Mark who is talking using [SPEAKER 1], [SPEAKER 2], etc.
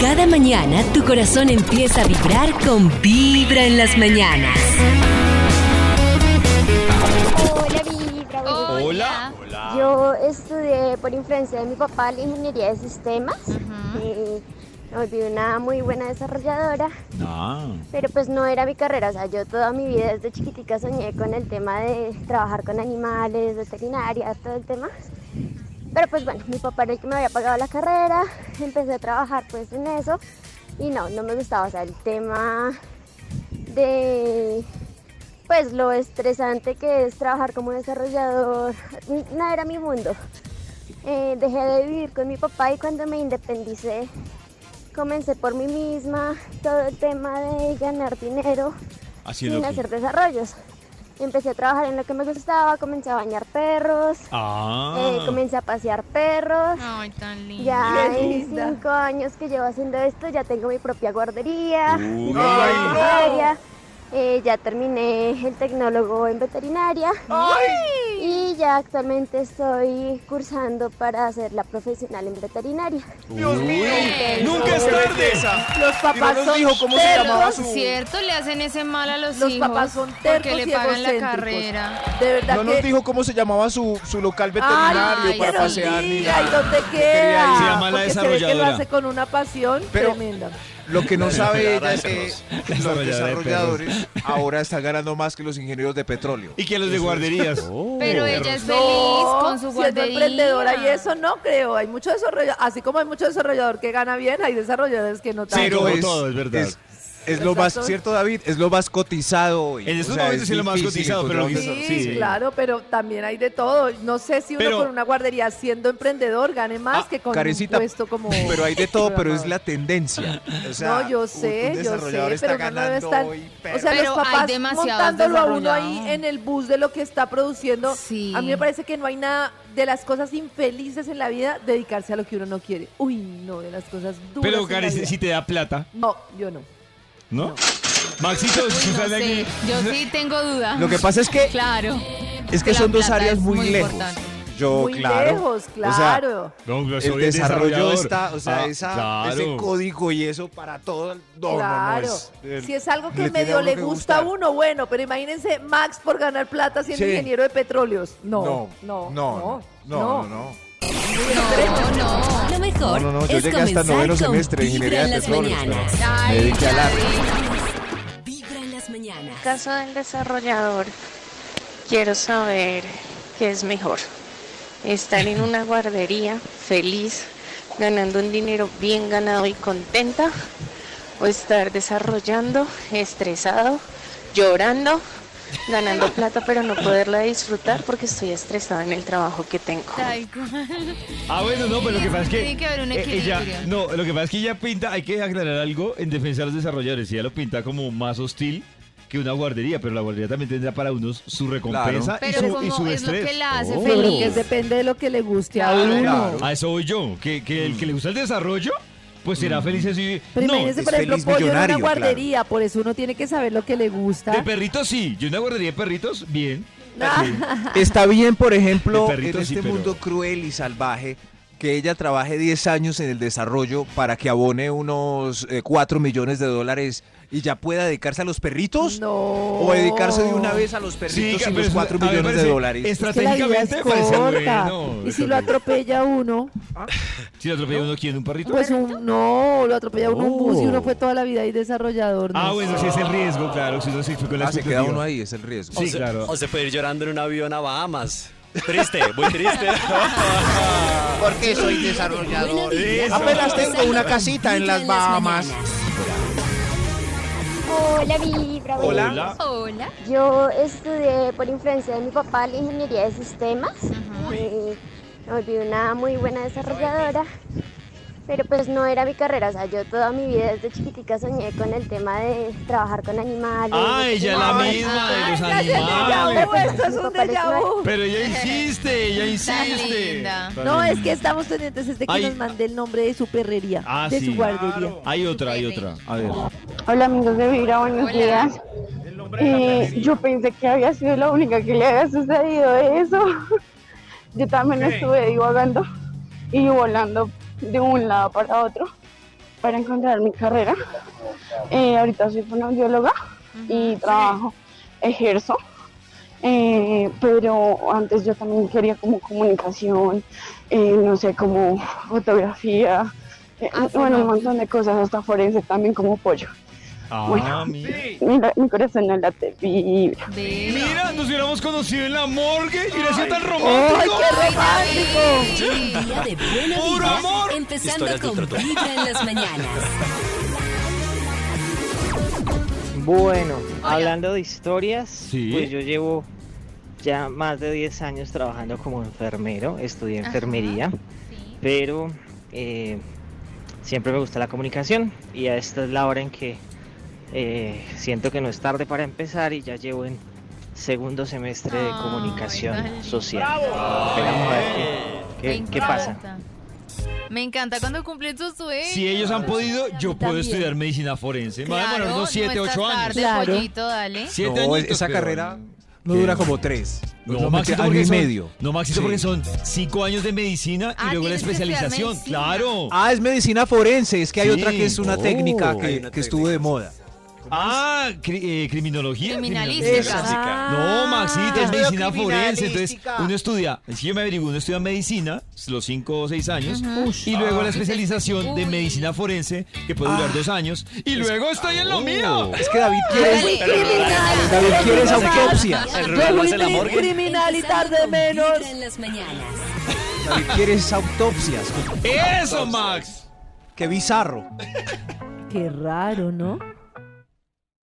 [SPEAKER 1] Cada mañana tu corazón empieza a vibrar con Vibra en las mañanas.
[SPEAKER 2] Hola, Vibra. buenos días.
[SPEAKER 3] Hola.
[SPEAKER 2] Yo estudié por influencia de mi papá la ingeniería de sistemas. Eh, me volví una muy buena desarrolladora,
[SPEAKER 3] Ah,
[SPEAKER 2] pero pues no era mi carrera. O sea, yo toda mi vida desde chiquitica soñé con el tema de trabajar con animales, veterinaria, todo el tema. Pero pues bueno, mi papá era el que me había pagado la carrera, empecé a trabajar pues en eso y no, no me gustaba. O sea, el tema de pues lo estresante que es trabajar como desarrollador, n- no era mi mundo. Eh, dejé de vivir con mi papá y cuando me independicé comencé por mí misma todo el tema de ganar dinero
[SPEAKER 3] haciendo
[SPEAKER 2] sin
[SPEAKER 3] qué?
[SPEAKER 2] hacer desarrollos. Empecé a trabajar en lo que me gustaba, comencé a bañar perros, eh,
[SPEAKER 3] Ah,
[SPEAKER 2] comencé a pasear perros.
[SPEAKER 4] Ay, tan lindo.
[SPEAKER 2] Ya en cinco años que llevo haciendo esto, ya tengo mi propia guardería, mi
[SPEAKER 3] Uy.
[SPEAKER 2] propia
[SPEAKER 3] ¡Ay, no!
[SPEAKER 2] veterinaria, eh, ya terminé el tecnólogo en veterinaria y ya actualmente estoy cursando para ser la profesional en veterinaria.
[SPEAKER 3] Dios mío.
[SPEAKER 2] Intenso.
[SPEAKER 3] Nunca es tarde.
[SPEAKER 5] Los papás
[SPEAKER 6] nos
[SPEAKER 5] son
[SPEAKER 6] dijo cómo se
[SPEAKER 5] tercos,
[SPEAKER 6] llamaba
[SPEAKER 4] Es Cierto, le hacen ese mal a los,
[SPEAKER 5] Los
[SPEAKER 4] hijos.
[SPEAKER 5] papás son tercos
[SPEAKER 4] Porque le
[SPEAKER 5] y
[SPEAKER 4] pagan la
[SPEAKER 5] egocéntricos.
[SPEAKER 4] carrera.
[SPEAKER 5] De verdad
[SPEAKER 6] No
[SPEAKER 5] que
[SPEAKER 6] nos dijo cómo se llamaba su, su local veterinario
[SPEAKER 4] Ay,
[SPEAKER 5] pero
[SPEAKER 6] para pasear ni
[SPEAKER 5] diga, ¿y
[SPEAKER 6] nada.
[SPEAKER 5] dónde
[SPEAKER 6] quería
[SPEAKER 5] queda?
[SPEAKER 6] ir.
[SPEAKER 3] Se llama la
[SPEAKER 5] Porque se ve que lo
[SPEAKER 3] desarrolladora.
[SPEAKER 5] hace con una pasión
[SPEAKER 6] Pero-
[SPEAKER 5] tremenda.
[SPEAKER 6] Lo que no sabe ella
[SPEAKER 7] Desarrolladora
[SPEAKER 6] es
[SPEAKER 7] de
[SPEAKER 6] que
[SPEAKER 7] perros.
[SPEAKER 6] los
[SPEAKER 7] Desarrolladora de
[SPEAKER 6] desarrolladores ahora están ganando más que los ingenieros de petróleo.
[SPEAKER 3] Y que los de guarderías.
[SPEAKER 4] Pero ella es feliz
[SPEAKER 5] No,
[SPEAKER 4] con su
[SPEAKER 5] siendo
[SPEAKER 4] guardería.
[SPEAKER 5] emprendedora y eso no creo. Hay mucho desarrollador, así como hay mucho desarrollador que gana bien, hay desarrolladores que no tanto.
[SPEAKER 3] Pero como todo, es verdad.
[SPEAKER 6] Es, es lo más,
[SPEAKER 5] Exacto.
[SPEAKER 6] ¿cierto, David? Es lo más cotizado hoy.
[SPEAKER 3] En
[SPEAKER 6] O
[SPEAKER 3] estos
[SPEAKER 6] sea,
[SPEAKER 3] momentos es lo más
[SPEAKER 6] difícil
[SPEAKER 3] cotizado, pero
[SPEAKER 6] encontrar un
[SPEAKER 5] Sí,
[SPEAKER 3] Sí, sí.
[SPEAKER 5] claro, pero también hay de todo. No sé si uno
[SPEAKER 3] Pero-
[SPEAKER 5] con una guardería siendo emprendedor gane más
[SPEAKER 6] Ah,
[SPEAKER 5] que con
[SPEAKER 6] Karencita,
[SPEAKER 5] un puesto como.
[SPEAKER 6] Pero hay de todo, pero es
[SPEAKER 5] programador.
[SPEAKER 6] la tendencia. O sea,
[SPEAKER 5] no, yo sé,
[SPEAKER 6] un
[SPEAKER 5] yo
[SPEAKER 6] desarrollador
[SPEAKER 5] sé,
[SPEAKER 6] está
[SPEAKER 5] pero uno no debe
[SPEAKER 6] ganando
[SPEAKER 5] estar.
[SPEAKER 6] hoy,
[SPEAKER 5] o sea,
[SPEAKER 4] Pero
[SPEAKER 5] los
[SPEAKER 4] hay
[SPEAKER 5] papás
[SPEAKER 4] demasiados
[SPEAKER 5] montándolo a uno ahí
[SPEAKER 4] desarrollados.
[SPEAKER 5] en el bus de lo que está produciendo.
[SPEAKER 4] Sí.
[SPEAKER 5] A mí me parece que no hay nada de las cosas infelices en la vida dedicarse a lo que uno no quiere. Uy, no, de las cosas duras.
[SPEAKER 3] Pero
[SPEAKER 5] en la
[SPEAKER 3] Karen,
[SPEAKER 5] vida.
[SPEAKER 3] si te da plata,
[SPEAKER 5] No, yo no.
[SPEAKER 3] ¿no? Maxito,
[SPEAKER 4] Uy,
[SPEAKER 3] si
[SPEAKER 4] no
[SPEAKER 3] estás de
[SPEAKER 4] sé.
[SPEAKER 3] aquí.
[SPEAKER 4] Yo sí tengo duda.
[SPEAKER 6] Lo que pasa es que
[SPEAKER 4] Claro.
[SPEAKER 6] Es que
[SPEAKER 4] La
[SPEAKER 6] son dos
[SPEAKER 4] plata
[SPEAKER 6] áreas
[SPEAKER 4] es
[SPEAKER 6] muy,
[SPEAKER 4] muy
[SPEAKER 6] lejos.
[SPEAKER 4] importante.
[SPEAKER 6] Yo,
[SPEAKER 5] Muy
[SPEAKER 6] Oh, claro.
[SPEAKER 5] lejos,
[SPEAKER 6] O sea,
[SPEAKER 5] claro.
[SPEAKER 3] No, yo
[SPEAKER 6] el
[SPEAKER 3] soy
[SPEAKER 6] desarrollo
[SPEAKER 3] desarrollador.
[SPEAKER 6] está, o sea,
[SPEAKER 3] Ah,
[SPEAKER 6] esa-
[SPEAKER 3] claro.
[SPEAKER 6] ese código y eso para todo. el- No, no, no,
[SPEAKER 5] Claro.
[SPEAKER 6] es- el-
[SPEAKER 5] si es algo que
[SPEAKER 6] le tiene a
[SPEAKER 5] medio
[SPEAKER 6] uno
[SPEAKER 5] le
[SPEAKER 6] que
[SPEAKER 5] gusta a
[SPEAKER 6] gustar.
[SPEAKER 5] uno, bueno, pero imagínense Max por ganar plata siendo
[SPEAKER 6] Sí.
[SPEAKER 5] ingeniero de petróleos. No,
[SPEAKER 6] No, no,
[SPEAKER 5] no,
[SPEAKER 6] no, no, no, no.
[SPEAKER 4] No, no.
[SPEAKER 1] Lo mejor
[SPEAKER 6] No, no, no, yo
[SPEAKER 1] es
[SPEAKER 6] llegué hasta
[SPEAKER 1] comenzar
[SPEAKER 6] noveno
[SPEAKER 1] con
[SPEAKER 6] semestre de
[SPEAKER 1] Vibra
[SPEAKER 6] ingeniería
[SPEAKER 1] en
[SPEAKER 6] de
[SPEAKER 1] las
[SPEAKER 6] petróleo, pero
[SPEAKER 1] mañanas.
[SPEAKER 6] me
[SPEAKER 4] Ay,
[SPEAKER 6] dediqué al arte.
[SPEAKER 1] Vibra en las mañanas.
[SPEAKER 8] caso del desarrollador, quiero saber qué es mejor. Estar en una guardería feliz, ganando un dinero bien ganado y contenta, o estar desarrollando, estresado, llorando, ganando plata pero no poderla disfrutar porque estoy estresada en el trabajo que tengo.
[SPEAKER 4] Tal cual.
[SPEAKER 3] Ah, bueno, no, pero lo que pasa es que.
[SPEAKER 4] Tiene que haber un
[SPEAKER 3] eh,
[SPEAKER 4] equilibrio.
[SPEAKER 3] ella- no, lo que pasa es que ella pinta, hay que aclarar algo en defensa de los desarrolladores. Ella lo pinta como más hostil que una guardería, pero la guardería también tendrá para unos su recompensa y,
[SPEAKER 4] Pero
[SPEAKER 3] su, y
[SPEAKER 4] como
[SPEAKER 3] su
[SPEAKER 4] es lo
[SPEAKER 3] estrés. Oh.
[SPEAKER 4] que la hace
[SPEAKER 5] Pero
[SPEAKER 4] feliz.
[SPEAKER 5] que depende de lo que le guste a
[SPEAKER 4] Claro.
[SPEAKER 5] uno.
[SPEAKER 6] Claro.
[SPEAKER 3] A eso voy yo, que, que el que le gusta el desarrollo, pues será feliz así.
[SPEAKER 5] Pero
[SPEAKER 3] No,
[SPEAKER 5] imagínense,
[SPEAKER 6] es
[SPEAKER 5] por ejemplo,
[SPEAKER 6] feliz
[SPEAKER 5] pollo en una
[SPEAKER 6] millonario, claro.
[SPEAKER 5] guardería, por eso uno tiene que saber lo que le gusta.
[SPEAKER 3] de perritos sí, yo en una guardería de perritos, bien. Sí.
[SPEAKER 6] Está bien, por ejemplo,
[SPEAKER 3] De perrito
[SPEAKER 6] en
[SPEAKER 3] sí,
[SPEAKER 6] este
[SPEAKER 3] pero-
[SPEAKER 6] mundo cruel y salvaje, que ella trabaje 10 años en el desarrollo para que abone unos 4 millones de dólares y ya pueda dedicarse a los perritos.
[SPEAKER 5] No.
[SPEAKER 6] pues, O dedicarse de una vez a los
[SPEAKER 3] Sí,
[SPEAKER 6] perritos y
[SPEAKER 3] pero
[SPEAKER 6] los
[SPEAKER 3] es-
[SPEAKER 6] 4
[SPEAKER 3] a mí me
[SPEAKER 6] millones de
[SPEAKER 3] parece
[SPEAKER 6] dólares.
[SPEAKER 5] Es que la vida
[SPEAKER 3] Estratégicamente
[SPEAKER 5] es
[SPEAKER 3] parece
[SPEAKER 5] corta.
[SPEAKER 3] bueno. pues,
[SPEAKER 5] y si lo atropella uno,
[SPEAKER 3] Si lo atropella uno, ¿quién? ¿Un perrito?
[SPEAKER 5] pues un, no, lo atropella uno un bus y
[SPEAKER 3] Oh.
[SPEAKER 5] uno fue toda la vida ahí desarrollador. ¿no?
[SPEAKER 3] ah, bueno, sí es el riesgo, claro. Si uno se fue con la
[SPEAKER 6] Ah, se queda
[SPEAKER 3] expectativa.
[SPEAKER 6] uno ahí, es el riesgo.
[SPEAKER 3] Sí,
[SPEAKER 7] o se,
[SPEAKER 3] claro.
[SPEAKER 7] O se puede ir llorando en un avión a Bahamas. Triste, muy triste.
[SPEAKER 6] Porque soy
[SPEAKER 1] Buena vibra.
[SPEAKER 6] Apenas tengo una casita en
[SPEAKER 1] Vibra
[SPEAKER 6] las Bahamas.
[SPEAKER 1] mañanas.
[SPEAKER 2] Hola, Vibra. buenos
[SPEAKER 6] Hola.
[SPEAKER 3] Hola.
[SPEAKER 4] Hola.
[SPEAKER 2] Yo estudié por influencia de mi papá la ingeniería de sistemas. Eh, me volví una muy buena desarrolladora, pero pues no era mi carrera. O sea, yo toda mi vida desde chiquitica soñé con el tema de trabajar con animales.
[SPEAKER 3] Ah, ella la
[SPEAKER 2] veterinarios.
[SPEAKER 3] misma de los
[SPEAKER 5] Ya se te
[SPEAKER 3] animales.
[SPEAKER 5] llamó, esto es
[SPEAKER 2] Mi
[SPEAKER 5] un
[SPEAKER 2] papá les
[SPEAKER 5] déjà vu.
[SPEAKER 3] Pero ella insiste, ella insiste.
[SPEAKER 4] linda.
[SPEAKER 5] No, es que estamos pendientes es de que
[SPEAKER 3] Ay.
[SPEAKER 5] nos mande el nombre de su perrería,
[SPEAKER 3] Ah,
[SPEAKER 5] de
[SPEAKER 3] sí.
[SPEAKER 5] su guardería.
[SPEAKER 3] Hay otra, hay otra. A ver.
[SPEAKER 9] Hola amigos de Vibra, buenos
[SPEAKER 4] Hola.
[SPEAKER 9] días. Eh, yo pensé que había sido la única que le había sucedido eso. Yo también estuve divagando y volando de un lado para otro. para encontrar mi carrera. Eh, ahorita soy fonoaudióloga y trabajo, ejerzo. Eh, pero antes yo también quería como comunicación, eh, no sé, como fotografía, eh,
[SPEAKER 4] Ah,
[SPEAKER 9] bueno, un
[SPEAKER 4] fonoaudióloga.
[SPEAKER 9] montón de cosas, hasta forense también como pollo.
[SPEAKER 3] Ah,
[SPEAKER 9] Bueno.
[SPEAKER 3] mira.
[SPEAKER 9] Mira, mi corazón no late vibra.
[SPEAKER 4] Ve.
[SPEAKER 3] Mira, nos hubiéramos conocido en la morgue y hubiera sido tan
[SPEAKER 9] ¡Ay,
[SPEAKER 3] romántico.
[SPEAKER 9] qué romántico!
[SPEAKER 1] Un día de buena
[SPEAKER 3] ¡Puro
[SPEAKER 1] vibra,
[SPEAKER 3] amor!
[SPEAKER 1] empezando
[SPEAKER 7] Historias del
[SPEAKER 1] con
[SPEAKER 7] trotón.
[SPEAKER 1] Vibra en las mañanas.
[SPEAKER 10] Bueno, hablando de historias,
[SPEAKER 3] Sí.
[SPEAKER 10] pues yo llevo ya más de 10 años trabajando como enfermero, estudié
[SPEAKER 4] Ajá.
[SPEAKER 10] enfermería,
[SPEAKER 4] Sí.
[SPEAKER 10] pero eh, siempre me gusta la comunicación y a esta es la hora en que eh, siento que no es tarde para empezar y ya llevo en segundo semestre de
[SPEAKER 4] Ah. Ay,
[SPEAKER 10] comunicación
[SPEAKER 4] dale.
[SPEAKER 10] social. Esperamos a ver qué-
[SPEAKER 4] Me
[SPEAKER 10] qué- qué pasa.
[SPEAKER 4] encanta. Me encanta cuando cumplen sus sueños.
[SPEAKER 3] Si ellos han podido, yo puedo
[SPEAKER 5] también.
[SPEAKER 3] estudiar medicina forense. Me va a demorar
[SPEAKER 4] Claro,
[SPEAKER 3] unos 7,
[SPEAKER 4] no
[SPEAKER 3] 8
[SPEAKER 4] estás
[SPEAKER 3] años.
[SPEAKER 4] Tarde,
[SPEAKER 5] Claro.
[SPEAKER 4] pollito, dale.
[SPEAKER 3] Siete
[SPEAKER 6] No,
[SPEAKER 3] añitos,
[SPEAKER 6] esa
[SPEAKER 3] pero-
[SPEAKER 6] carrera no
[SPEAKER 3] ¿Qué?
[SPEAKER 6] dura como tres.
[SPEAKER 3] No,
[SPEAKER 6] Solamente
[SPEAKER 3] Maxito,
[SPEAKER 6] año
[SPEAKER 3] porque
[SPEAKER 6] y
[SPEAKER 3] son-
[SPEAKER 6] medio.
[SPEAKER 3] No, Maxito,
[SPEAKER 6] Sí.
[SPEAKER 3] porque son cinco años de medicina y
[SPEAKER 4] Ah,
[SPEAKER 3] luego la
[SPEAKER 4] tienes que estudiar
[SPEAKER 3] especialización.
[SPEAKER 4] medicina.
[SPEAKER 3] Claro.
[SPEAKER 6] Ah, es medicina forense, es que hay
[SPEAKER 3] Sí.
[SPEAKER 6] otra que es una
[SPEAKER 3] Oh.
[SPEAKER 6] técnica
[SPEAKER 7] Hay
[SPEAKER 6] que,
[SPEAKER 7] una
[SPEAKER 6] que estuvo de moda.
[SPEAKER 3] Ah, cri- eh, criminología.
[SPEAKER 4] Criminalística.
[SPEAKER 5] Ah.
[SPEAKER 3] No, Maxito, es
[SPEAKER 5] Ah.
[SPEAKER 3] medicina
[SPEAKER 6] Estudio
[SPEAKER 3] forense. Entonces,
[SPEAKER 6] criminalística.
[SPEAKER 3] uno estudia, si yo me averiguo, uno estudia medicina los 5 o 6 años y luego la especialización de
[SPEAKER 4] Uy.
[SPEAKER 3] medicina forense que puede
[SPEAKER 6] Ah.
[SPEAKER 3] durar 2 años y luego estoy
[SPEAKER 6] Oh.
[SPEAKER 3] en lo mío.
[SPEAKER 6] Es que David quiere,
[SPEAKER 4] Dale.
[SPEAKER 6] David quiere esa autopsia.
[SPEAKER 7] El
[SPEAKER 5] Yo
[SPEAKER 7] reloj
[SPEAKER 5] fui
[SPEAKER 7] es en la
[SPEAKER 5] cri-
[SPEAKER 7] morgue.
[SPEAKER 5] criminal y
[SPEAKER 1] Empezando
[SPEAKER 5] tarde
[SPEAKER 1] con
[SPEAKER 5] menos.
[SPEAKER 1] Vibra en las mañanas.
[SPEAKER 6] David quiere esas autopsias.
[SPEAKER 3] Eso, Max.
[SPEAKER 6] Qué bizarro.
[SPEAKER 5] Qué raro, ¿no?